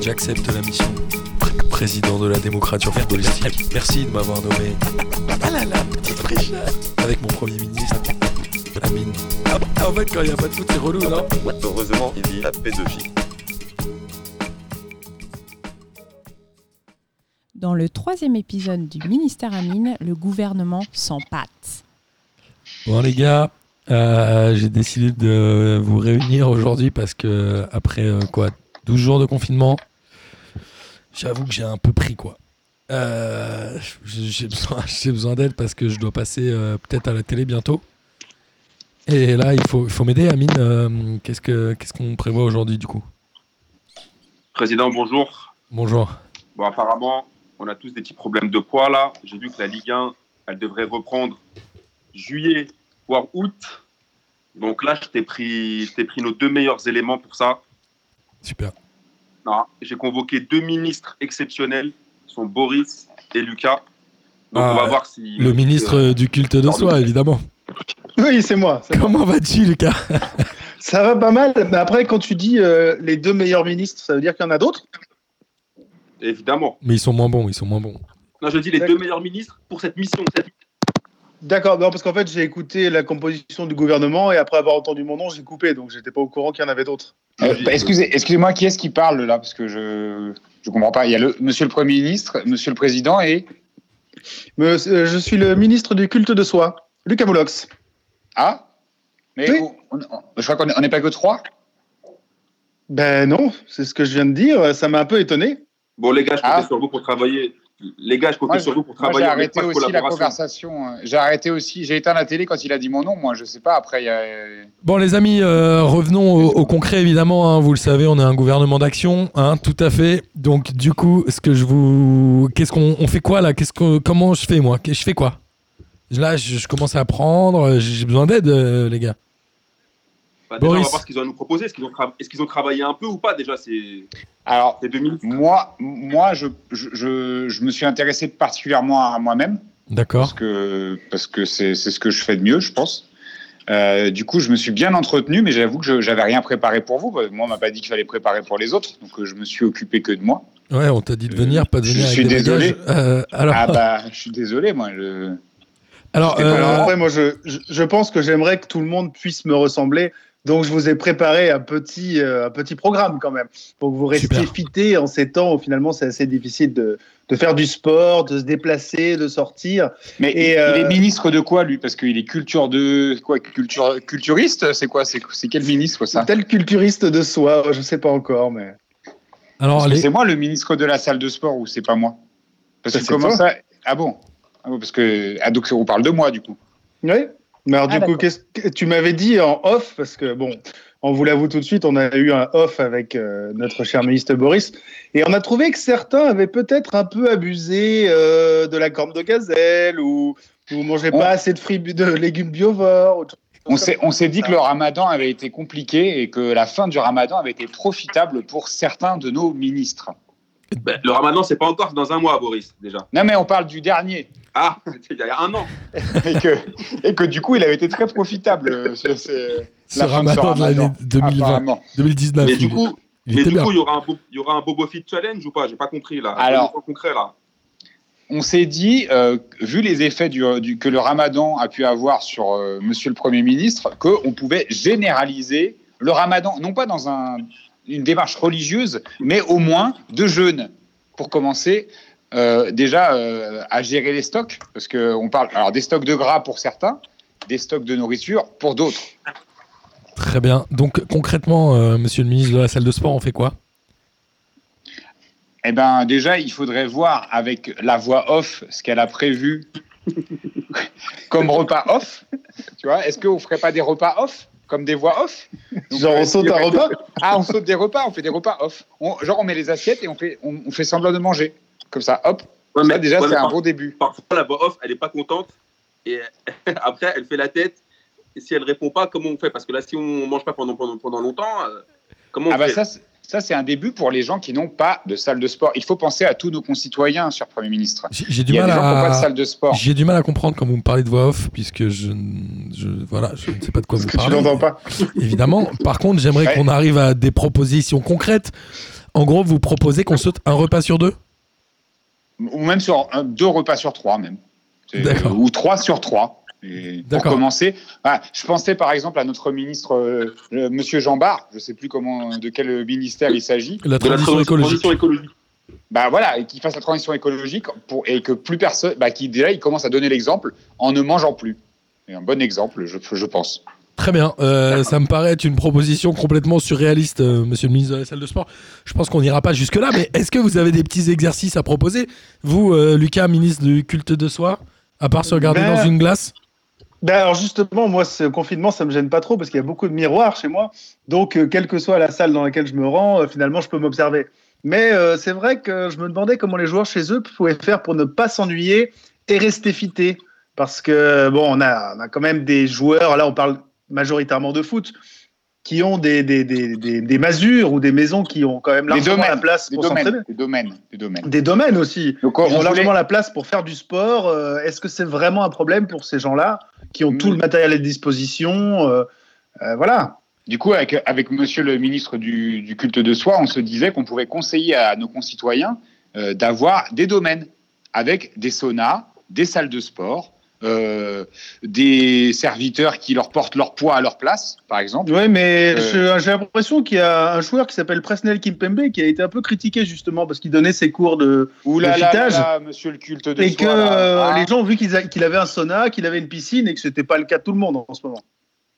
J'accepte la mission. Pr- Président de la démocrature footballistique. Merci de m'avoir nommé. Ah là là, petite fraîcheur. Avec mon premier ministre. Amine. Ah, ah, en fait, quand il n'y a pas de foot, c'est relou, non Heureusement, il vit la pédophilie. Dans le troisième épisode du ministère à mine, le gouvernement s'empâte. Bon les gars, euh, j'ai décidé de vous réunir aujourd'hui parce que après euh, quoi 12 jours de confinement, j'avoue que j'ai un peu pris quoi. Euh, j- j'ai besoin, j'ai besoin d'aide parce que je dois passer euh, peut-être à la télé bientôt. Et là, il faut, il faut m'aider, Amine. euh, qu'est-ce que qu'est-ce qu'on prévoit aujourd'hui du coup Président, bonjour. Bonjour. Bon, apparemment, on a tous des petits problèmes de poids là. J'ai vu que la Ligue 1, elle devrait reprendre juillet, voire août. Donc là, je t'ai pris, je t'ai pris nos deux meilleurs éléments pour ça. Super. Ah, J'ai convoqué deux ministres exceptionnels, qui sont Boris et Lucas. Donc Ah, on va voir si. Le ministre euh, du culte de soi, évidemment. Oui, c'est moi. c'est moi. Comment vas-tu, Lucas Ça va pas mal. Mais après, quand tu dis euh, les deux meilleurs ministres, ça veut dire qu'il y en a d'autres Évidemment. Mais ils sont moins bons, ils sont moins bons. Non, je dis les D'accord. deux meilleurs ministres pour cette mission. D'accord, non, parce qu'en fait, j'ai écouté la composition du gouvernement et après avoir entendu mon nom, j'ai coupé, donc j'étais pas au courant qu'il y en avait d'autres. Euh, bah, excusez, excusez-moi, qui est-ce qui parle là Parce que je je comprends pas. Il y a le Monsieur le Premier ministre, Monsieur le Président et Mais euh, je suis le ministre du culte de soi, Lucas Moulox. ah. Mais Oui. on- on- je crois qu'on n'est pas que trois. Ben non, c'est ce que je viens de dire, ça m'a un peu étonné. Bon, les gars, je comptais Ah. sur vous pour travailler. Les gars, je comptais Moi, sur vous pour Moi, travailler. j'ai on n'est arrêté pas de aussi la collaboration. conversation. euh, J'ai arrêté aussi. J'ai éteint la télé quand il a dit mon nom. Moi, je sais pas. Après, il y a... Bon les amis, euh, revenons au, au concret évidemment, hein. vous le savez, on a un gouvernement d'action, hein, tout à fait. Donc du coup, ce que je vous... Qu'est-ce qu'on on fait quoi là Qu'est-ce que, Comment je fais moi Qu'est- Je fais quoi Là, je, je commence à apprendre, euh, j'ai besoin d'aide euh, les gars. Bah, déjà, on Boris. va voir ce qu'ils ont à nous proposer. Est-ce qu'ils ont, tra- est-ce qu'ils ont travaillé un peu ou pas déjà ces, Alors, ces deux ministres Moi, moi je, je, je, je me suis intéressé particulièrement à moi-même parce D'accord. que parce que c'est c'est ce que je fais de mieux, je pense. Euh, du coup, je me suis bien entretenu, mais j'avoue que je- j'avais rien préparé pour vous. Moi, on m'a pas dit qu'il fallait préparer pour les autres, donc euh, je me suis occupé que de moi. Ouais, on t'a dit de Euh, venir, pas de je venir. avec suis des désolé. bagages. Euh, alors, Ah bah, je suis désolé, moi. Je... alors j'étais pas euh, Alors après, moi, je, je- je pense que j'aimerais que tout le monde puisse me ressembler, donc je vous ai préparé un petit, euh, un petit programme quand même, pour que vous restiez Super. fité en ces temps où finalement c'est assez difficile de, de faire du sport, de se déplacer, de sortir. Mais Et, il, euh, il est ministre de quoi, lui Parce qu'il est culture de quoi culture, Culturiste C'est quoi C'est c'est quel ministre ça Tel culturiste de soi, je sais pas encore, mais. alors, Parce que les- c'est moi le ministre de la salle de sport ou c'est pas moi Parce Ça, que c'est comment toi. ça Ah bon Ah bon, parce que ah donc on parle de moi du coup. Oui. Mais alors, Ah, du coup, d'accord. qu'est-ce que tu m'avais dit en off, parce que bon, on vous l'avoue tout de suite, on a eu un off avec euh, notre cher ministre Boris, et on a trouvé que certains avaient peut-être un peu abusé euh, de la corne de gazelle ou ou mangeaient On- pas assez de, fruits, de légumes biovores. ou tout- On s'est on s'est dit que le Ramadan avait été compliqué et que la fin du Ramadan avait été profitable pour certains de nos ministres. Bah. Ben, Le ramadan, c'est pas encore c'est dans un mois, Boris, déjà. Non mais on parle du dernier Ah, il y a un an. et que et que du coup il avait été très profitable. euh, c'est- c'est- ce la fin de Ah, ce ramadan de l'année Ramadan, 2020, apparemment. 2019. mais Bah, il- du coup, il mais était du bien. coup, il y aura un, bo- il y aura un Bobo Fit Challenge ou pas J'ai pas compris là. Alors. Pas concret là. On s'est dit, euh, vu les effets du, du- que le ramadan a pu avoir sur euh, Monsieur le Premier ministre, qu'on pouvait généraliser le ramadan, non pas dans un- une démarche religieuse, mais au moins de jeûne, pour commencer euh, déjà euh, à gérer les stocks, parce qu'on parle alors des stocks de gras pour certains, des stocks de nourriture pour d'autres. Très bien. Donc concrètement, euh, monsieur le ministre de la salle de sport, on fait quoi Eh ben déjà, il faudrait voir avec la voix off ce qu'elle a prévu comme repas off. Tu vois, est-ce qu'on ferait pas des repas off comme des voix off Donc, Genre, euh, on saute il y un aurait- repas Ah, on saute des repas, on fait des repas off. On- genre, on met les assiettes et on fait, on, on fait semblant de manger. Comme ça, hop. Ouais, Ça, déjà, ouais, mais c'est un par- bon début. Parfois, la voix off, elle est pas contente. Et après, elle fait la tête. Et si elle répond pas, comment on fait Parce que là, si on mange pas pendant, pendant, pendant longtemps, euh, comment on Ah bah fait ça, c'est- ça c'est un début pour les gens qui n'ont pas de salle de sport. Il faut penser à tous nos concitoyens, cher Premier ministre. J'ai j'ai du Il y a mal des gens qui n'ont à... pas de salle de sport. J'ai du mal à comprendre quand vous me parlez de voix off, puisque je, n- je, voilà, je ne sais pas de quoi Parce vous que tu parlez. l'entends pas. Évidemment. Par contre, j'aimerais Ouais. qu'on arrive à des propositions concrètes. En gros, vous proposez qu'on saute un repas sur deux Ou même sur un- deux repas sur trois, même. C'est- D'accord. Ou trois sur trois. Et pour D'accord. commencer, ah, je pensais par exemple à notre ministre, euh, euh, Monsieur Jean Barre, je ne sais plus comment, de quel ministère il s'agit. La De la transition écologique. transition écologique. Bah voilà, et qu'il fasse la transition écologique pour, et que plus personne, bah, qui déjà, il commence à donner l'exemple en ne mangeant plus. Et un bon exemple, je, je pense. Très bien. Euh, ça me paraît être une proposition complètement surréaliste, euh, monsieur le ministre de la salle de sport. Je pense qu'on n'ira pas jusque-là, mais est-ce que vous avez des petits exercices à proposer Vous, euh, Lucas, ministre du culte de soi, à part se regarder Ben- dans une glace Ben alors justement, moi, ce confinement, ça me gêne pas trop parce qu'il y a beaucoup de miroirs chez moi. Donc, euh, quelle que soit la salle dans laquelle je me rends, euh, finalement, je peux m'observer. Mais euh, c'est vrai que je me demandais comment les joueurs chez eux pouvaient faire pour ne pas s'ennuyer et rester fités. Parce que, bon, on a, on a quand même des joueurs, là, on parle majoritairement de foot, qui ont des, des, des, des, des masures ou des maisons qui ont quand même Des largement domaines, la place Des pour s'entraîner. domaines, des domaines, des domaines. Des domaines aussi. Donc, Ils ont on voulait- largement la place pour faire du sport. Euh, Est-ce que c'est vraiment un problème pour ces gens-là qui ont Mm. tout le matériel à disposition euh, euh, Voilà. Du coup, avec, avec monsieur le ministre du, du culte de soi, on se disait qu'on pouvait conseiller à nos concitoyens euh, d'avoir des domaines avec des saunas, des salles de sport, euh, des serviteurs qui leur portent leur poids à leur place, par exemple. Oui, mais Euh. je- j'ai l'impression qu'il y a un joueur qui s'appelle Presnel Kimpembe qui a été un peu critiqué justement parce qu'il donnait ses cours de. Ou Le là, là, là, fitage. là, monsieur le culte de et que soi. là. euh, Ah. les gens ont vu qu'ils a- qu'il avait un sauna, qu'il avait une piscine et que c'était pas le cas de tout le monde en ce moment.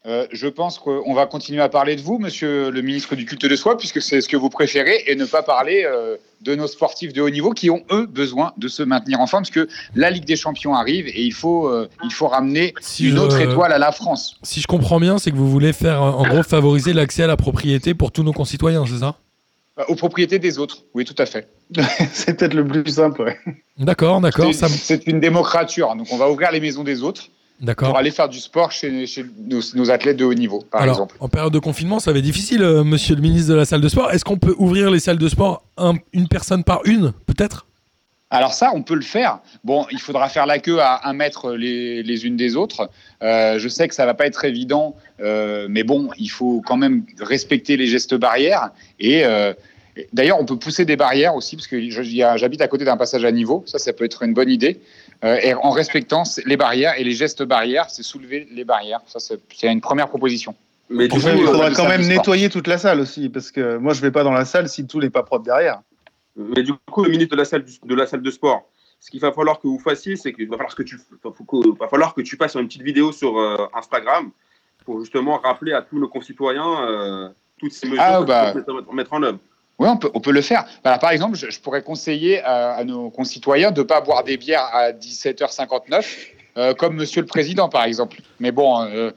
Euh, je pense qu'on va continuer à parler de vous, monsieur le ministre du culte de soi, puisque c'est ce que vous préférez, et ne pas parler euh, de nos sportifs de haut niveau qui ont, eux, besoin de se maintenir en forme, parce que la Ligue des Champions arrive et il faut, euh, il faut ramener Si une je- autre étoile à la France. Si je comprends bien, c'est que vous voulez faire, euh, en gros, favoriser l'accès à la propriété pour tous nos concitoyens, c'est ça Euh, Aux propriétés des autres, oui, tout à fait. c'est peut-être le plus simple. ouais. D'accord, d'accord, C'est ça, me- c'est une démocrature, hein, donc on va ouvrir les maisons des autres pour d'accord. aller faire du sport chez, chez nos, nos athlètes de haut niveau, par Alors, exemple. en période de confinement, ça va être difficile, euh, monsieur le ministre de la salle de sport. Est-ce qu'on peut ouvrir les salles de sport un- une personne par une, peut-être Alors ça, on peut le faire. Bon, il faudra faire la queue à un mètre les, les unes des autres. Euh, je sais que ça va pas être évident, euh, mais bon, il faut quand même respecter les gestes barrières. Et euh, et d'ailleurs, on peut pousser des barrières aussi, parce que je- il y a- j'habite à côté d'un passage à niveau. Ça, ça peut être une bonne idée. Euh, et en respectant c- les barrières et les gestes barrières, c'est soulever les barrières. Ça, c'est c'est une première proposition. Mais du En coup, fait, il euh, faudra le quand salle même de sport. nettoyer toute la salle aussi parce que moi je vais pas dans la salle si tout n'est pas propre derrière. Mais du coup, le ministre de la salle, du- de la salle de sport, ce qu'il va falloir que vous fassiez, c'est qu'il va falloir que tu, faut- faut que- va falloir que tu passes une petite vidéo sur euh, Instagram pour justement rappeler à tous nos concitoyens euh, toutes ces mesures Ah, qu'on bah. peut mettre- mettre en œuvre. Oui, on peut, on peut le faire. Voilà, par exemple, je, je pourrais conseiller à, à nos concitoyens de ne pas boire des bières à 17h59, euh, comme Monsieur le Président, par exemple. Mais bon, euh,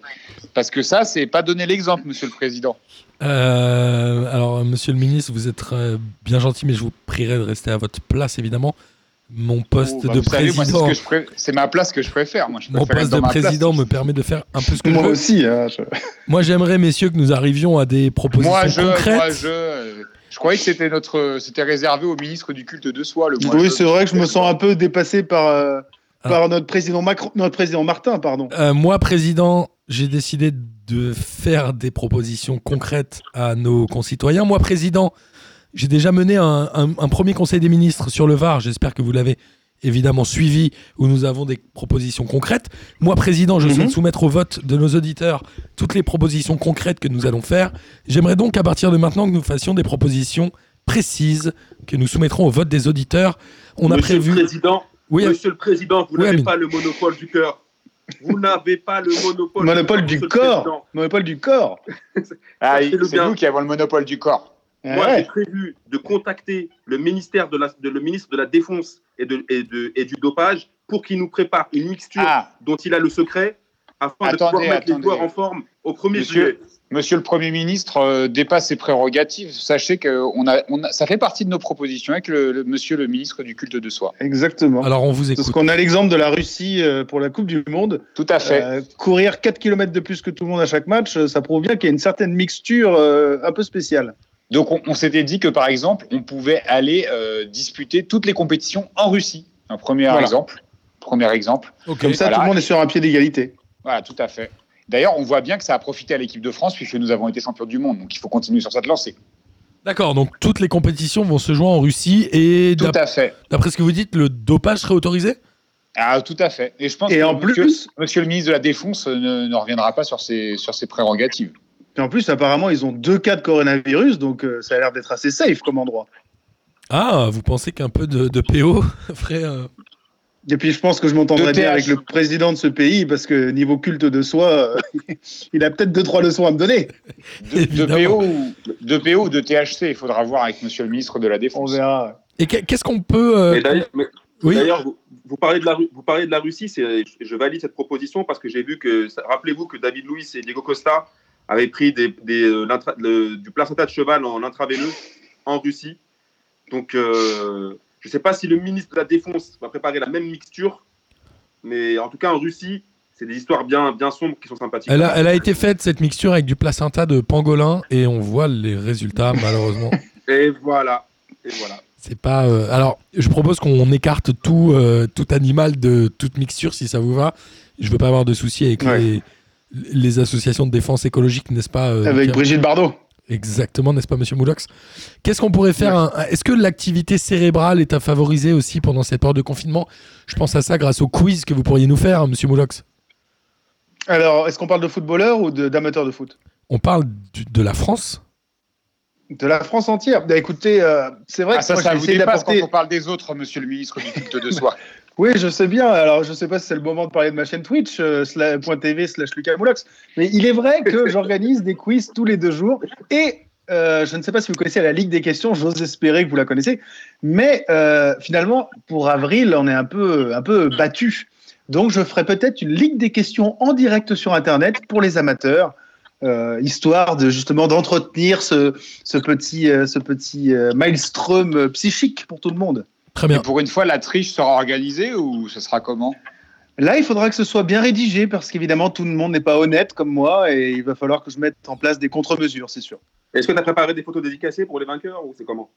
parce que ça, c'est pas donner l'exemple, Monsieur le Président. Euh, alors, monsieur le ministre, vous êtes euh, bien gentil, mais je vous prierai de rester à votre place, évidemment. Mon poste Oh, bah, de vous savez, moi, c'est ce président, que je pré- c'est ma place que je préfère. Moi, je mon préfère être poste dans de ma place. président me permet de faire un peu ce que je Moi veux. aussi. hein, je- Moi, j'aimerais, messieurs, que nous arrivions à des propositions Moi, je, concrètes. moi, je, euh, je croyais que c'était notre, c'était réservé au ministre du culte de soi, le moi, oui, je. c'est vrai que je me sens un peu dépassé par, euh, Ah. par notre président Macron, notre président Martin, pardon. Euh, moi, président, j'ai décidé de faire des propositions concrètes à nos concitoyens. Moi, président, j'ai déjà mené un, un- un premier conseil des ministres sur le VAR. J'espère que vous l'avez évidemment suivi, où nous avons des propositions concrètes. Moi, président, je souhaite Mhm. soumettre au vote de nos auditeurs toutes les propositions concrètes que nous allons faire. J'aimerais donc, à partir de maintenant, que nous fassions des propositions précises que nous soumettrons au vote des auditeurs. On a Monsieur prévu. le président, Oui, monsieur le président, vous Oui, n'avez Amine. pas le monopole du cœur. Vous n'avez pas le monopole. Monopole du monsieur le corps. président. Monopole du corps. Ah, c'est le c'est bien. nous qui avons le monopole du corps. Eh Ouais. Moi, j'ai prévu de contacter le ministère de la, de- le ministre de la Défense et, de, et, de- et du dopage pour qu'il nous prépare une mixture Ah, dont il a le secret afin de Attendez, pouvoir mettre les attendez. joueurs en forme au 1er Monsieur, juillet. Monsieur le Premier ministre euh, dépasse ses prérogatives. Sachez que euh, on a, on a- ça fait partie de nos propositions avec le, le- Monsieur le ministre du culte de soi. Exactement. Alors, on vous Parce écoute. qu'on a l'exemple de la Russie euh, pour la Coupe du Monde. Tout à fait. Euh, courir 4 km de plus que tout le monde à chaque match, euh, ça prouve bien qu'il y a une certaine mixture euh, un peu spéciale. Donc on, on s'était dit que par exemple, on pouvait aller euh, disputer toutes les compétitions en Russie. Un premier Voilà. exemple. Premier exemple. Ok. Comme ça, Voilà. tout le monde est sur un pied d'égalité. Voilà, tout à fait. D'ailleurs, on voit bien que ça a profité à l'équipe de France puisque nous avons été champions du monde. Donc il faut continuer sur cette lancée. D'accord, donc toutes les compétitions vont se jouer en Russie et Tout d'ap- à fait. d'après ce que vous dites, le dopage serait autorisé Ah, tout à fait. Et je pense Et que en monsieur- plus- monsieur le ministre de la Défense euh, ne, ne reviendra pas sur ses, sur ses prérogatives. Et en plus, apparemment, ils ont deux cas de coronavirus, donc euh, ça a l'air d'être assez safe comme endroit. Ah, vous pensez qu'un peu de, de PO ferait. euh, Et puis, je pense que je De m'entendrai bien TH. avec le président de ce pays, parce que niveau culte de soi, euh, il a peut-être deux, trois leçons à me donner. De, de Évidemment. PO, ou- de PO ou de THC, il faudra voir avec monsieur le ministre de la On Défense. verra. Et que- qu'est-ce qu'on peut. euh, Mais d'ailleurs, mais- Oui, D'ailleurs, vous, vous parlez de la, Ru- vous parlez de la Russie, c'est- je, je valide cette proposition parce que j'ai vu que, ça- rappelez-vous que David Luiz et Diego Costa avaient pris des, des, euh, l'intra- le- du placenta de cheval en intraveineux en Russie. Donc, euh, je ne sais pas si le ministre de la Défense va préparer la même mixture, mais en tout cas en Russie, c'est des histoires bien, bien sombres qui sont sympathiques. elle a, elle a été faite cette mixture avec du placenta de pangolin et on voit les résultats malheureusement. Et voilà, et voilà. C'est pas. euh, Alors, je propose qu'on écarte tout, euh, tout animal de toute mixture si ça vous va. Je veux pas avoir de soucis avec Ouais. les, les associations de défense écologique, n'est-ce pas euh, Avec Pierre Brigitte Bardot. Exactement, n'est-ce pas, Monsieur Moulox Qu'est-ce qu'on pourrait faire un- un- Est-ce que l'activité cérébrale est à favoriser aussi pendant cette période de confinement Je pense à ça grâce au quiz que vous pourriez nous faire, hein, Monsieur Moulox. Alors, est-ce qu'on parle de footballeur ou de- d'amateur de, foot On parle du- de la France. De la France entière. Bah, écoutez, euh, c'est vrai Ah, que ça, moi, ça j'ai vous essayé dépasse quand d'apporter. on parle des autres, monsieur le ministre du culte de soi. Oui, je sais bien. Alors, je sais pas si c'est le moment de parler de ma chaîne Twitch, euh, sla- point .tv slash Lucas Moulox. Mais il est vrai que j'organise des quiz tous les deux jours. Et euh, je ne sais pas si vous connaissez la Ligue des questions, j'ose espérer que vous la connaissez. Mais euh, finalement, pour avril, on est un peu, un peu battu. Donc, je ferai peut-être une Ligue des questions en direct sur Internet pour les amateurs. euh, histoire de justement d'entretenir ce, ce petit, euh, ce petit euh, maelstrom euh, psychique pour tout le monde. Très Et bien. pour une fois, la triche sera organisée ou ce sera comment Là, il faudra que ce soit bien rédigé parce qu'évidemment, tout le monde n'est pas honnête comme moi et il va falloir que je mette en place des contre-mesures, c'est sûr. Est-ce que tu as préparé des photos dédicacées pour les vainqueurs ou c'est comment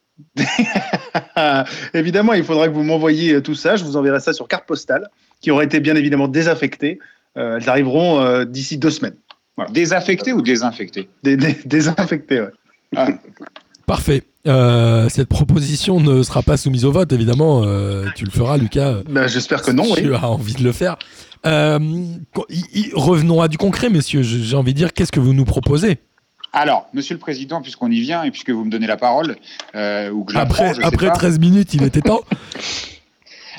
Ah, évidemment, il faudra que vous m'envoyiez euh, tout ça. Je vous enverrai ça sur carte postale qui aurait été bien évidemment désaffectée. Euh, elles arriveront euh, d'ici deux semaines. Désaffecté ou désinfecté Dé- dé- Désinfectées, ouais. Parfait. Euh, cette proposition ne sera pas soumise au vote, évidemment. euh, tu le feras, Lucas. Ben, J'espère que non, si oui. Tu as envie de le faire. Euh, co- y- y- revenons à du concret, messieurs. Je- J'ai envie de dire, qu'est-ce que vous nous proposez Alors, monsieur le président, puisqu'on y vient et puisque vous me donnez la parole, euh, ou que je la prends, Après, je sais après pas, 13 minutes, il était temps.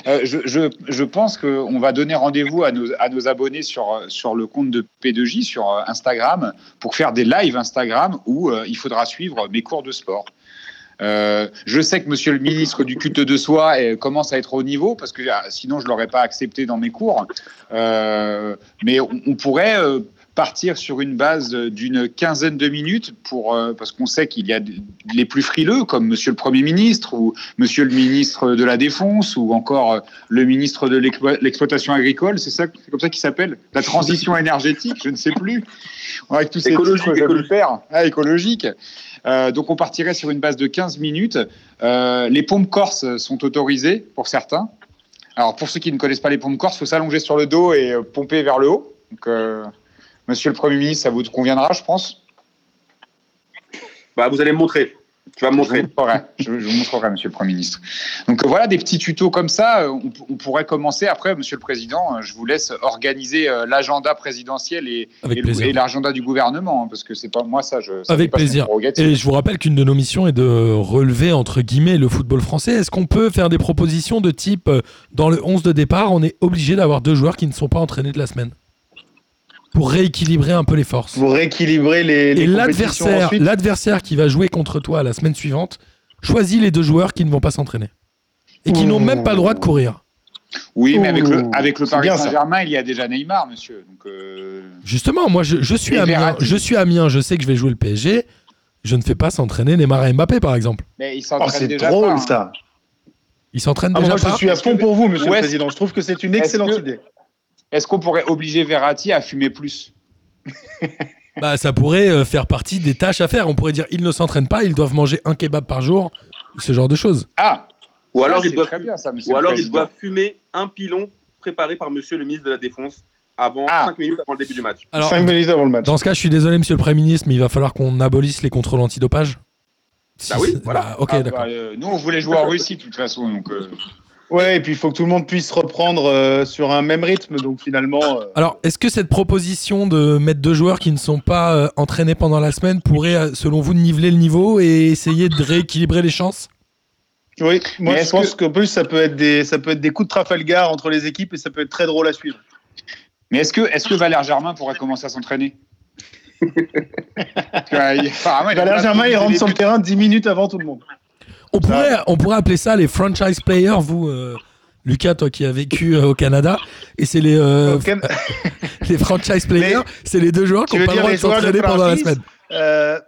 euh, je, je- je pense qu'on va donner rendez-vous à nos, à nos abonnés sur, euh, sur le compte de P2J, sur euh, Instagram, pour faire des lives Instagram où euh, il faudra suivre mes cours de sport. Euh, je sais que monsieur le ministre du culte de soi euh, commence à être au niveau parce que ah, sinon je l'aurais pas accepté dans mes cours. Euh, mais on, on pourrait euh, partir sur une base euh, d'une quinzaine de minutes pour euh, parce qu'on sait qu'il y a d- les plus frileux comme monsieur le premier ministre ou monsieur le ministre de la défense ou encore euh, le ministre de l'explo- l'exploitation agricole, c'est ça c'est comme ça qu'il s'appelle, la transition énergétique, je ne sais plus. Avec tous ces Écologique, titres, je me écologique. perds. Ah, écologique. Euh, donc on partirait sur une base de 15 minutes. Euh, les pompes corses sont autorisées pour certains. Alors pour ceux qui ne connaissent pas les pompes corses, il faut s'allonger sur le dos et euh, pomper vers le haut. Donc, euh, monsieur le Premier ministre, ça vous conviendra, je pense. bah, Vous allez me montrer. Tu vas me Je vous montrer. montrerai, je, je vous montrerai, monsieur le Premier ministre. Donc euh, voilà, des petits tutos comme ça, euh, on, on pourrait commencer. Après, monsieur le Président, euh, je vous laisse organiser euh, l'agenda présidentiel et, Avec et le- et plaisir. l'agenda du gouvernement, hein, parce que c'est pas moi ça, je... ça Avec dépasse mes plaisir. prérogatives. Et je vous rappelle qu'une de nos missions est de relever, entre guillemets, le football français. Est-ce qu'on peut faire des propositions de type, euh, dans le 11 de départ, on est obligé d'avoir deux joueurs qui ne sont pas entraînés de la semaine Pour rééquilibrer un peu les forces. Vous rééquilibrez les, les Et compétitions l'adversaire, ensuite. l'adversaire qui va jouer contre toi la semaine suivante, choisit les deux joueurs qui ne vont pas s'entraîner et qui n'ont même pas le droit de courir. Oui, mais avec le, Ouh, avec le c'est Paris bien ça. Saint-Germain, il y a déjà Neymar, monsieur. Donc, euh, Justement, moi, je, je suis Et Amiens, Verratti. je suis Amiens, je sais que je vais jouer le PSG. Je ne fais pas s'entraîner Neymar et Mbappé, par exemple. mais il Oh, s'entraîne c'est déjà pas, drôle hein. ça. Ils s'entraînent Ah, déjà moi, je pas. suis à Est-ce que- fond pour vous, monsieur Ou le est-ce- président. Je trouve que c'est une est-ce excellente que- idée. Est-ce qu'on pourrait obliger Verratti à fumer plus Bah, ça pourrait euh, faire partie des tâches à faire. On pourrait dire ils ne s'entraînent pas, ils doivent manger un kebab par jour, ce genre de choses. Ah Ou alors, c'est ils doivent très bien, ça, monsieur Ou le alors ils président. doivent fumer un pilon préparé par monsieur le ministre de la Défense avant Ah. 5 minutes avant le début du match. Alors, Cinq minutes avant le match. dans ce cas, je suis désolé, monsieur le Premier ministre, mais il va falloir qu'on abolisse les contrôles antidopage. Bah oui, voilà. ok, Ah, d'accord. bah, euh, nous, on voulait jouer en Russie de toute façon. Donc, euh, Ouais, et puis il faut que tout le monde puisse reprendre euh, sur un même rythme. Donc finalement, euh, Alors, est-ce que cette proposition de mettre deux joueurs qui ne sont pas euh, entraînés pendant la semaine pourrait, euh, selon vous, niveler le niveau et essayer de rééquilibrer les chances oui, moi Mais je est-ce pense qu'en plus ça peut être des ça peut être des coups de Trafalgar entre les équipes et ça peut être très drôle à suivre. Mais est-ce que, est que Valère Germain pourrait commencer à s'entraîner Parce que, euh, il- apparemment, il a Valère Germain pas trouvé Bah, il rentre les sur le buts. terrain 10 minutes avant tout le monde. on pourrait, on pourrait appeler ça les franchise players, vous, euh, Lucas, toi qui as vécu euh, au Canada. Et c'est les, euh, Ok. les franchise players, c'est les deux joueurs qui Tu n'ont veux pas le dire droit de les joueurs de s'entraîner pendant la franchise semaine. Euh,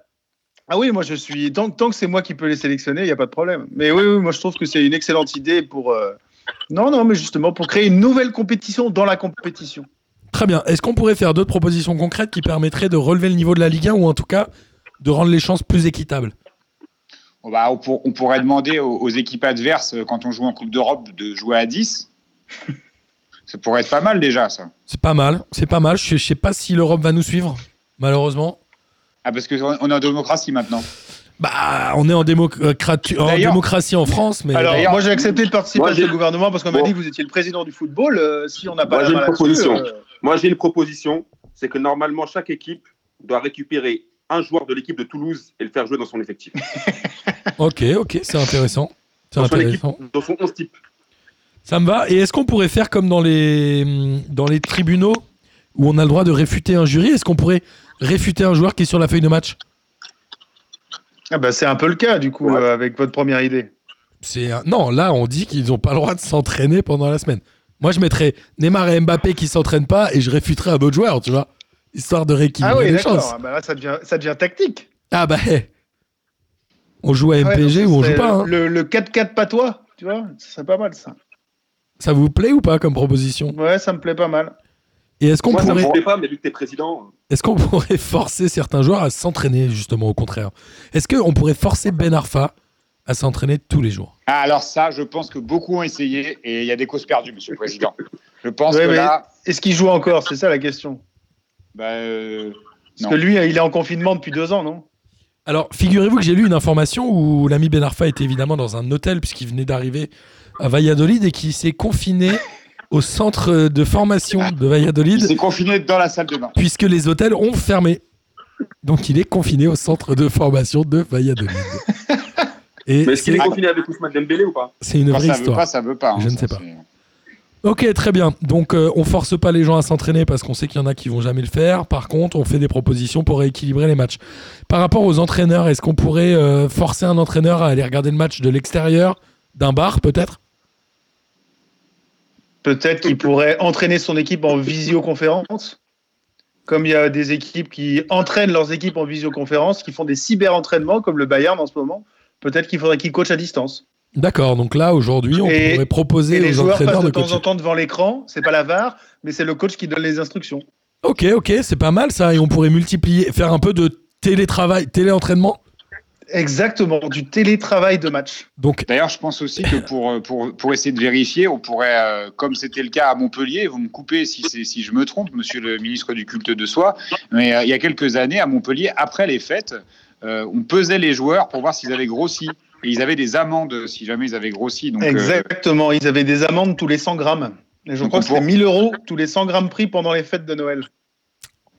ah oui, moi je suis. Tant, tant que c'est moi qui peux les sélectionner, il n'y a pas de problème. Mais oui, oui, moi je trouve que c'est une excellente idée pour. euh, Non, non, mais justement pour créer une nouvelle compétition dans la compétition. Très bien. Est-ce qu'on pourrait faire d'autres propositions concrètes qui permettraient de relever le niveau de la Ligue 1 ou en tout cas de rendre les chances plus équitables Bon, bah, on, pour- on pourrait demander aux, aux équipes adverses, euh, quand on joue en Coupe d'Europe, de jouer à 10. ça pourrait être pas mal déjà, ça. C'est pas mal, c'est pas mal. Je, je sais pas si l'Europe va nous suivre, malheureusement. Ah, parce qu'on on est en démocratie maintenant. Bah, on est en, démocratu- en D'ailleurs- démocratie en France, mais Alors, d'ailleurs- moi j'ai accepté de participer Moi, à ce j'ai- gouvernement parce qu'on m'a Bon. dit que vous étiez le président du football. euh, si on n'a pas Moi, la j'ai main une là-dessus, proposition. euh, Moi, j'ai une proposition, c'est que normalement, chaque équipe doit récupérer un joueur de l'équipe de Toulouse et le faire jouer dans son effectif. ok, ok, c'est intéressant. C'est Dans son équipe, intéressant. dans son 11 type. Ça me va. Et est-ce qu'on pourrait faire comme dans les, hum, dans les tribunaux où on a le droit de réfuter un jury Est-ce qu'on pourrait réfuter un joueur qui est sur la feuille de match ah bah, c'est un peu le cas du coup Ouais. euh, avec votre première idée. C'est un- Non, là, on dit qu'ils n'ont pas le droit de s'entraîner pendant la semaine. Moi, je mettrais Neymar et Mbappé qui s'entraînent pas et je réfuterais un autre joueur, tu vois, histoire de rééquilibrer Ah oui, les chances. d'accord. Ah bah là, ça devient, ça devient tactique. Ah bah, hé. on joue à Ah ouais, MPG donc, ou on joue c'est pas. hein. Le, le 4-4 patois, tu vois, ce serait pas mal ça. Ça vous plaît ou pas comme proposition Ouais, ça me plaît pas mal. Et est-ce qu'on Moi, ça pourrait... me plaît pas, mais vu que t'es président, Est-ce qu'on pourrait forcer certains joueurs à s'entraîner, justement, au contraire Est-ce qu'on pourrait forcer Ben Arfa à s'entraîner tous les jours Ah, alors ça, je pense que beaucoup ont essayé et il y a des causes perdues, Monsieur le Président. Je pense Ouais, que mais- là, Est-ce qu'il joue encore C'est ça la question. bah, euh, Parce Non. que lui, il est en confinement depuis deux ans, non Alors, figurez-vous que j'ai lu une information où l'ami Ben Arfa était évidemment dans un hôtel, puisqu'il venait d'arriver à Valladolid et qui s'est confiné au centre de formation de il s'est Valladolid, confiné dans la salle de bain. puisque les hôtels ont fermé. Donc, il est confiné au centre de formation de Valladolid. Et mais est-ce qu'il c'est est confiné avec Ousmane Dembélé ou pas c'est une Quand vraie ça veut histoire. pas, ça veut pas. hein, Je ne ça, sais pas. c'est- Ok, très bien. Donc, euh, on force pas les gens à s'entraîner parce qu'on sait qu'il y en a qui vont jamais le faire. Par contre, on fait des propositions pour rééquilibrer les matchs. Par rapport aux entraîneurs, est-ce qu'on pourrait euh, forcer un entraîneur à aller regarder le match de l'extérieur, d'un bar peut-être Peut-être qu'il pourrait entraîner son équipe en visioconférence. Comme il y a des équipes qui entraînent leurs équipes en visioconférence, qui font des cyber-entraînements, comme le Bayern en ce moment, peut-être qu'il faudrait qu'ils coachent à distance. D'accord. Donc là, aujourd'hui, on Et- pourrait proposer Et les aux joueurs entraîneurs passent de, de temps coacher. en temps devant l'écran, c'est pas la VAR, mais c'est le coach qui donne les instructions. Ok, ok, c'est pas mal ça. Et on pourrait multiplier, faire un peu de télétravail, téléentraînement. Exactement, du télétravail de match. Donc, D'ailleurs, je pense aussi que pour, euh, pour, pour essayer de vérifier, on pourrait, euh, comme c'était le cas à Montpellier, vous me coupez si, c'est- si je me trompe, monsieur le ministre du culte de soi, mais euh, il y a quelques années, à Montpellier, après les fêtes, euh, on pesait les joueurs pour voir s'ils avaient grossi. Et ils avaient des amendes si jamais ils avaient grossi. Donc, euh, Exactement, ils avaient des amendes tous les 100 grammes. Et je Donc crois on que c'était pour- 1000 euros tous les 100 grammes pris pendant les fêtes de Noël.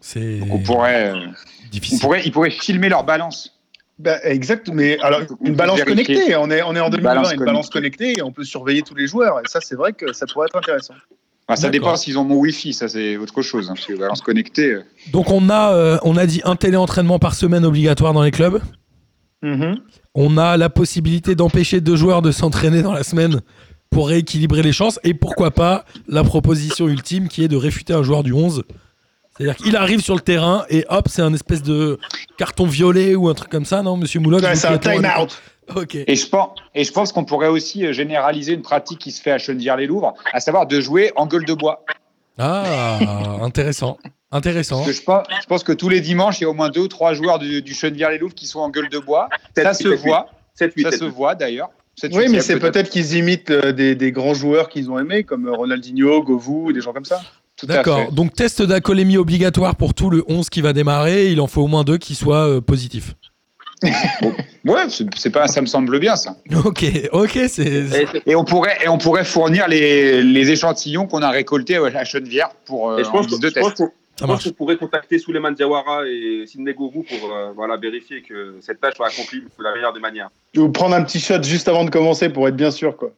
c'est donc on pourrait, euh, on difficile. pourrait, ils pourraient filmer leur balance. Bah, exact, mais alors On une peut balance vérifier. connectée, on est, on est en Une 2020, balance une balance connectée, et on peut surveiller tous les joueurs, et ça c'est vrai que ça pourrait être intéressant. Enfin, D'accord. ça dépend s'ils ont mon Wi-Fi, ça c'est autre chose. hein, parce que balance connectée. euh, Donc, on a, euh, on a dit un téléentraînement par semaine obligatoire dans les clubs. Mhm. On a la possibilité d'empêcher deux joueurs de s'entraîner dans la semaine pour rééquilibrer les chances. Et pourquoi pas la proposition ultime qui est de réfuter un joueur du 11. C'est-à-dire qu'il arrive sur le terrain et hop, c'est un espèce de carton violet ou un truc comme ça, non, monsieur Mouloc Ouais, vous c'est un qui êtes loin de- time-out. Ok. Et je pense, et je pense qu'on pourrait aussi euh, généraliser une pratique qui se fait à Chennevières-les-Louvres, à savoir de jouer en gueule de bois. Ah, intéressant. Intéressant. Parce que je, pense, je pense que tous les dimanches, il y a au moins deux ou trois joueurs du, du Chennevières-les-Louvres qui sont en gueule de bois. Ah, Ça se voit, 7, 8, ça se voit d'ailleurs. Cette Oui, huitième, mais c'est peut-être qu'ils imitent euh, des, des grands joueurs qu'ils ont aimés, comme euh, Ronaldinho, Govou, des gens comme ça. Tout à fait. D'accord. Donc, test d'acolémie obligatoire pour tout le 11 qui va démarrer. Il en faut au moins deux qui soient euh, positifs. Ouais, c'est c'est pas, ça me semble bien ça. Ok, ok, c'est. c'est- Et, Et on pourrait, et on pourrait fournir les, les échantillons qu'on a récoltés à Chenevière pour euh, et je pense en que- guise de je pense test. qu'on Ça je pense marche. qu'on pourrait contacter Souleymane Diawara et Sidney Govou pour euh, voilà, vérifier que cette tâche soit accomplie de la meilleure des manières. Ou prendre un petit shot juste avant de commencer pour être bien sûr, quoi.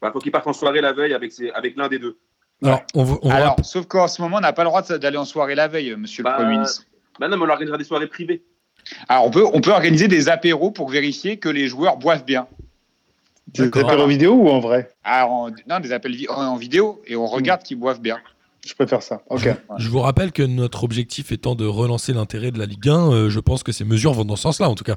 Bah, faut qu'il parte en soirée la veille avec, ses- avec l'un des deux. Alors, on, vous- on vous Alors, sauf qu'en ce moment, on n'a pas le droit de- d'aller en soirée la veille, monsieur Bah, le Premier ministre. Bah non, mais on organisera des soirées privées. Alors, on peut, on peut organiser des apéros pour vérifier que les joueurs boivent bien. Des D'accord. apéros vidéo ou en vrai Alors, en- non, des appels vi- en, en vidéo et on regarde Hmm. qu'ils boivent bien. Je préfère ça. Ok. Je vous rappelle que notre objectif étant de relancer l'intérêt de la Ligue 1, euh, je pense que ces mesures vont dans ce sens-là, en tout cas.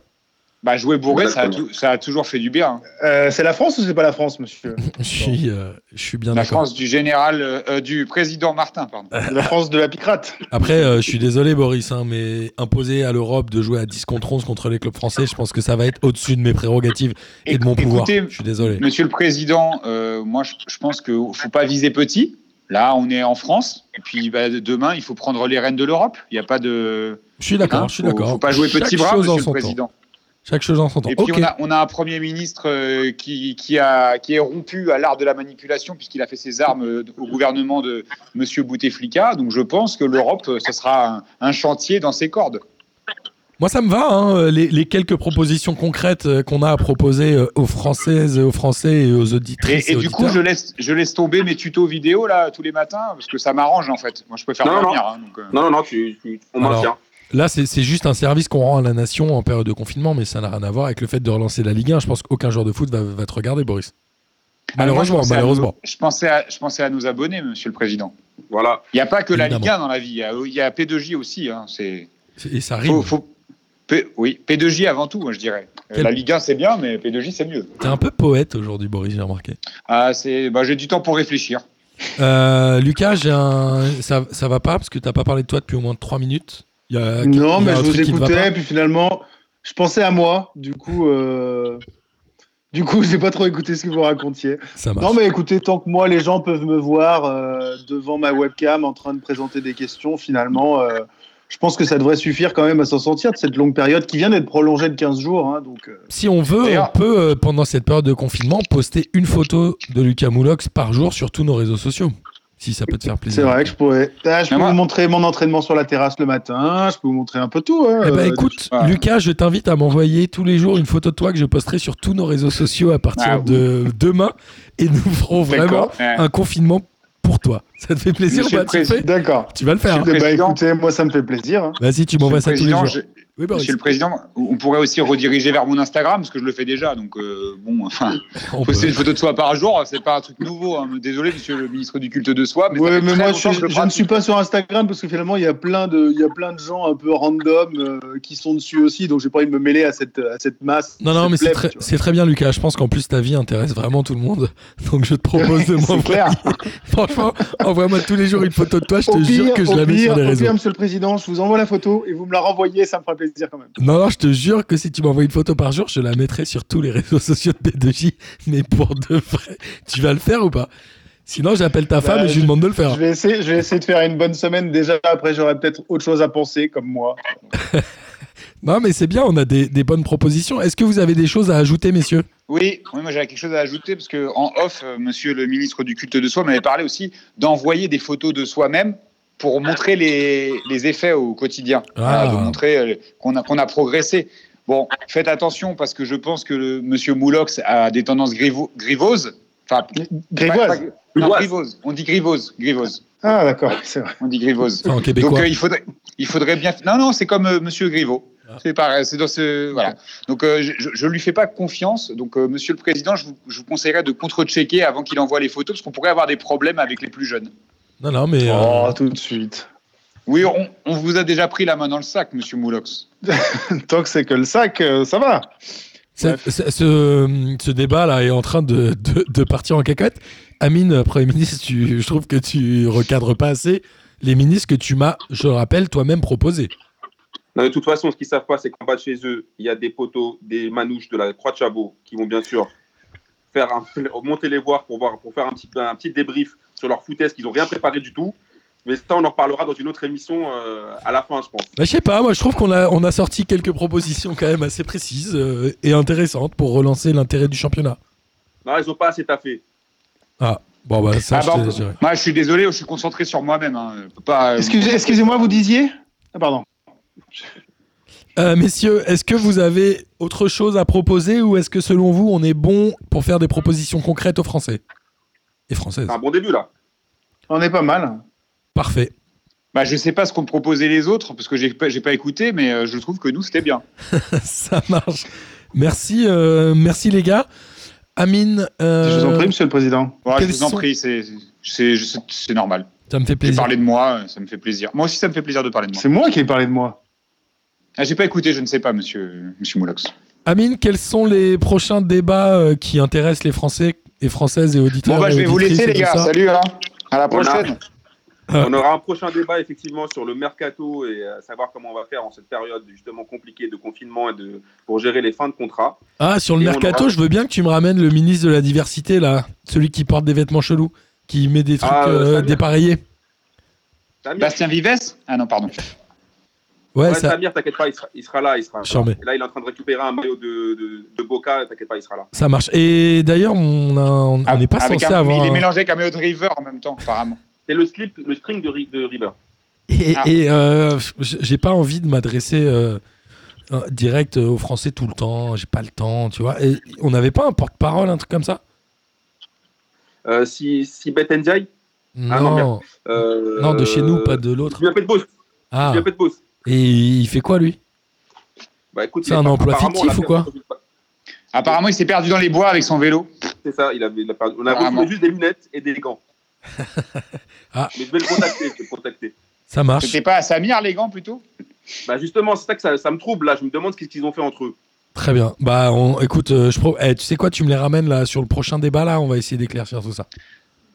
Bah, jouer bourré, ça a, Exactement. tou- ça a toujours fait du bien. hein. Euh, c'est la France ou c'est pas la France, monsieur Je suis, euh, je suis bien La d'accord. France du général, euh, euh, du président Martin, pardon. La France de la picrate. Après, euh, je suis désolé, Boris, hein, mais imposer à l'Europe de jouer à 10 contre 11 contre les clubs français, je pense que ça va être au-dessus de mes prérogatives et de mon Écou- pouvoir. écoutez, Je suis désolé. Monsieur le Président, euh, moi je, je pense qu'il ne faut pas viser petit. Là, on est en France. Et puis bah, demain, il faut prendre les rênes de l'Europe. Il n'y a pas de. Je suis d'accord, je suis Il ne d'accord. hein, faut pas jouer Chaque petit bras, chose en Monsieur son le temps. Président. Chaque chose en son temps. Et puis Ok. on, a, on a un Premier ministre euh, qui, qui, a, qui est rompu à l'art de la manipulation, puisqu'il a fait ses armes euh, au gouvernement de Monsieur Bouteflika. Donc je pense que l'Europe, euh, ce sera un, un chantier dans ses cordes. Moi, ça me va. hein, les, les quelques propositions concrètes euh, qu'on a à proposer euh, aux Françaises, et aux Français et aux Et, auditrices. et et du coup, auditeurs. je laisse, je laisse tomber mes tutos vidéo là tous les matins, parce que ça m'arrange en fait. Moi, je préfère Non, non. dormir. hein, donc, euh. Non, non, non, tu, tu- on Alors, maintient. Là, c'est c'est juste un service qu'on rend à la nation en période de confinement, mais ça n'a rien à voir avec le fait de relancer la Ligue 1. Je pense qu'aucun joueur de foot va, va te regarder, Boris. Malheureusement, Moi, je pensais à malheureusement. nos- je, pensais à, je pensais à nos abonnés, monsieur le président. Voilà. Il n'y a pas que la Évidemment. Ligue 1 dans la vie, il y a- il y, a P2J aussi. Hein, c'est, Et ça rime. faut, faut- P- oui, P2J avant tout, moi, je dirais. Euh, Quel- La Ligue 1, c'est bien, mais P2J, c'est mieux. T'es un peu poète aujourd'hui, Boris, j'ai remarqué. Ah, c'est, bah, j'ai du temps pour réfléchir. Euh, Lucas, j'ai un... ça, ça va pas parce que t'as pas parlé de toi depuis au moins 3 minutes. Il y a- il y a non, mais un je truc vous Euh, qui te va écoutais, pas. puis finalement, je pensais à moi. Du coup, euh, du coup, j'ai pas trop écouté ce que vous racontiez. Ça marche. Non, mais écoutez, tant que moi, les gens peuvent me voir euh, devant ma webcam en train de présenter des questions, finalement, euh, je pense que ça devrait suffire quand même à s'en sortir de cette longue période qui vient d'être prolongée de 15 jours. hein, donc, euh, Si on veut, on D'ailleurs- peut, euh, pendant cette période de confinement, poster une photo de Lucas Moulox par jour sur tous nos réseaux sociaux. Si ça peut te faire plaisir. c'est vrai que je pourrais. Ah, je peux Mais moi- vous montrer mon entraînement sur la terrasse le matin, je peux vous montrer un peu tout. hein, Eh ben euh, écoute, Ah. Lucas, je t'invite à m'envoyer tous les jours une photo de toi que je posterai sur tous nos réseaux sociaux à partir Ah oui. de demain et nous ferons vraiment Ah, D'accord. Ouais. un confinement pour toi. Ça te fait plaisir Monsieur bah, le tu, le fais Président. D'accord. Tu vas le faire. Monsieur hein. Eh ben, Président. écoutez, moi, ça me fait plaisir. hein. Vas-y, tu Monsieur le m'envoies bah, ça tous les Président, jours. je- Oui, bah, Boris, Monsieur le Président, on pourrait aussi rediriger vers mon Instagram, parce que je le fais déjà. Donc, euh, bon, enfin, on peut. poster une photo de soi par jour, c'est pas un truc nouveau. hein. Désolé, monsieur le ministre du culte de soi, Ah, mais, ça Ouais, fait mais très moi, longtemps je, que suis- le je ne pratique. suis pas sur Instagram parce que finalement, il y a plein de, il y a plein de gens un peu random euh, qui sont dessus aussi, donc j'ai pas envie de me mêler à cette, à cette masse. Non, non, cette mais c'est plèbe, très, tu vois. c'est très bien, Lucas. Je pense qu'en plus, ta vie intéresse vraiment tout le monde. Donc, je te propose de C'est m'envoyer. clair. Franchement, envoie-moi tous les jours une photo de toi. Je Au te jure pire, que je au la mets pire, sur les au réseaux. pire, monsieur le président, je vous envoie la photo et vous me la renvoyez, ça me fera plaisir quand même. Non, non, je te jure que si tu m'envoies une photo par jour, je la mettrai sur tous les réseaux sociaux de P2J. Mais pour de vrai, tu vas le faire ou pas Sinon, j'appelle ta femme et je lui Bah, je- demande de le faire. Je vais essayer, je vais essayer de faire une bonne semaine déjà. Après, j'aurai peut-être autre chose à penser, comme moi. Non, mais c'est bien, on a des, des bonnes propositions. Est-ce que vous avez des choses à ajouter, messieurs Oui, oui, moi j'avais quelque chose à ajouter parce que en off, euh, Monsieur le ministre du culte de soi m'avait parlé aussi d'envoyer des photos de soi-même pour montrer les, les effets au quotidien, Ah. Voilà, de montrer euh, qu'on a, qu'on a progressé. Bon, faites attention parce que je pense que le, Monsieur Moulox a des tendances grivo- grivoses. Enfin, pas- Grégoise. pas- non, Grivoise. grivoses. On dit grivoses, grivoses. Ah, d'accord, c'est vrai. On dit grivoses. Enfin, en Donc québécois. euh, il faudrait, il faudrait bien. Non non, c'est comme euh, Monsieur Griveaux. Ah. C'est pareil, c'est dans ce voilà. Donc euh, je- je ne lui fais pas confiance. Donc euh, Monsieur le Président, je vous, je vous conseillerais de contre-checker avant qu'il envoie les photos, parce qu'on pourrait avoir des problèmes avec les plus jeunes. Non, non, mais. euh, Oh, tout de suite. Oui, on, on vous a déjà pris la main dans le sac, Monsieur Moulox. Tant que c'est que le sac, euh, ça va. c'est- c'est- ce, ce débat-là est en train de, de- de partir en cacahuète. Amine, euh, Premier ministre, tu- je trouve que tu recadres pas assez les ministres que tu m'as, je le rappelle, toi-même proposé. Non, de toute façon, ce qu'ils savent pas, c'est qu'en bas de chez eux, il y a des poteaux, des manouches de la Croix de Chabot qui vont bien sûr faire un, monter les voir pour, voir pour faire un petit, un petit débrief sur leur foutaise qu'ils n'ont rien préparé du tout. Mais ça, on en reparlera dans une autre émission euh, à la fin, je pense. Bah, je sais pas, moi je trouve qu'on a, on a sorti quelques propositions quand même assez précises euh, et intéressantes pour relancer l'intérêt du championnat. Non, ils ont pas assez taffé. Bon, bah ça, Ah, je bah, te on- laisse gérer. Moi, je suis désolé, je suis concentré sur moi-même. hein. Je peux pas, euh, Excusez- Excusez-moi, vous disiez Ah, pardon. Euh, messieurs, est-ce que vous avez autre chose à proposer ou est-ce que selon vous, on est bon pour faire des propositions concrètes aux Français et Françaises C'est Ah. un bon début, là. On est pas mal. hein. Parfait. bah, je sais pas ce qu'ont proposé les autres parce que j'ai pas, j'ai pas écouté, mais euh, je trouve que nous c'était bien. ça marche. Merci, euh, merci les gars. Amine, euh, Je vous en prie, monsieur le président. Ouais, je Quels vous en sont- prie, c'est- c'est c'est- c'est normal. ça me fait J'ai plaisir. parlé de moi, ça me fait plaisir. Moi aussi, ça me fait plaisir de parler de moi. C'est moi qui ai parlé de moi. Ah, j'ai pas écouté, je ne sais pas, monsieur, monsieur Moulox. Amine, quels sont les prochains débats euh, qui intéressent les Français et Françaises et auditeurs Bon, bah, et je vais vous auditrices laisser, et les tout gars. ça Salut, hein. À la On a- prochaine. Ah. On aura un prochain débat effectivement sur le mercato et euh, savoir comment on va faire en cette période justement compliquée de confinement et de pour gérer les fins de contrat. Ah, sur le Et on mercato, aura- je veux bien que tu me ramènes le ministre de la diversité, là. Celui qui porte des vêtements chelous, qui met des trucs Ah, euh, euh, Samir. dépareillés. Samir, Bastien Vives Ah non, pardon. Bah, Ouais, ouais, ça, Samir, t'inquiète pas, il sera, il sera là, il sera. Sure, mais- Et là, il est en train de récupérer un maillot de, de, de Boca, t'inquiète pas, il sera là. ça marche. Et d'ailleurs, on a- on Ah, on n'est pas Ah, Avec censé un- avoir. Il est un- mélangé avec un maillot de River en même temps, apparemment. C'est le slip, le string de, Ri- de River. Et, Ah. et, euh, j- j'ai pas envie de m'adresser euh, euh, direct aux Français tout le temps. J'ai pas le temps, tu vois. Et on n'avait pas un porte-parole, un truc comme ça Euh, si si Bet Ndiaye, Ah non, non, euh, non, de chez nous, pas de l'autre. Julien Petbos. Ah, Julien Petbos. et il fait quoi, lui Bah écoute, C'est un emploi apparemment, fictif on l'a ou perdu- Apparemment, il s'est perdu dans les bois avec son vélo. C'est ça, il avait, il a perdu- on a Apparemment. reçu juste des lunettes et des gants. Ah. Mais je vais le contacter, je vais le contacter. Ça marche. C'était pas à Samir, les gants, plutôt Bah justement, c'est ça que ça, ça me trouble là. Je me demande ce qu'ils ont fait entre eux. Très bien. Bah, on, écoute, euh, je pro- eh, tu sais quoi, tu me les ramènes là sur le prochain débat là, on va essayer d'éclaircir tout ça.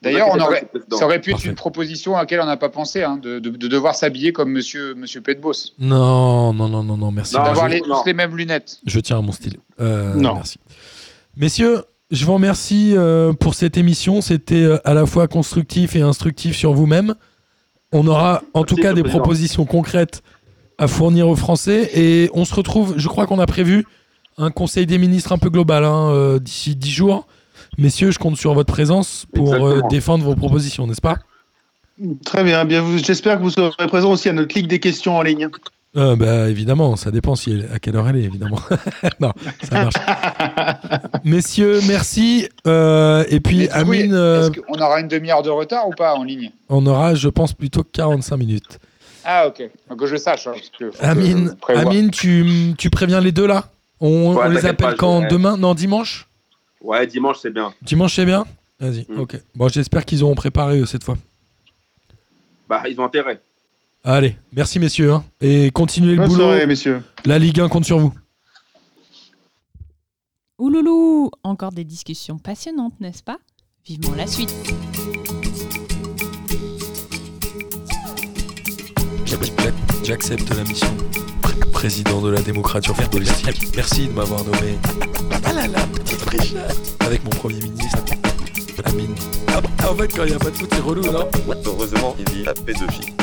D'ailleurs, on Vous aurait, inquiétez pas, ça aurait pu être Parfait. une proposition à laquelle on n'a pas pensé, hein, de, de- de devoir s'habiller comme monsieur, monsieur Petbos. Non, non, non, non, non, merci. Non, Bah, D'avoir je- les- non. tous les mêmes lunettes. je, je tiens à mon style. Euh, Non. Merci. Messieurs, je vous remercie euh, pour cette émission. C'était euh, à la fois constructif et instructif sur vous-même. On aura en tout cas Merci, monsieur des le président. propositions concrètes à fournir aux Français et on se retrouve. Je crois qu'on a prévu un conseil des ministres un peu global hein, euh, d'ici 10 jours. Messieurs, je compte sur votre présence pour euh, Exactement. défendre vos propositions, n'est-ce pas Très bien. bien vous- J'espère que vous serez présent aussi à notre ligue des questions en ligne. Euh, bah, évidemment, ça dépend si elle- à quelle heure elle est, évidemment. non, ça marche. Messieurs, merci. Euh, et puis, Mais du coup, Amine, euh, Est-ce qu'on aura une demi-heure de retard ou pas en ligne on aura, je pense, plutôt 45 minutes. Ah, ok. Faut Que je sache. hein, parce que faut que Amine, je prévoie. Amine tu, tu préviens les deux là On, Ouais, on les t'inquiète appelle pas, je- quand ouais. Demain Non, dimanche Ouais, dimanche c'est bien. Dimanche, c'est bien Vas-y, Mm. ok. Bon, j'espère qu'ils auront préparé eux, cette fois. Bah ils ont intérêt. Allez, merci messieurs. hein. et continuez le Bonne boulot. soirée, messieurs. La Ligue 1 compte sur vous. Ouloulou Encore des discussions passionnantes, n'est-ce pas Vivement la suite J'ac- J'accepte la mission. Pré- Président de la démocratie footballistique. Merci de m'avoir nommé. Ah là là, petite friche. Avec mon premier ministre, Amine. Ah, en fait, quand il n'y a pas de foot, c'est relou, non Heureusement, il vit à paix de fille.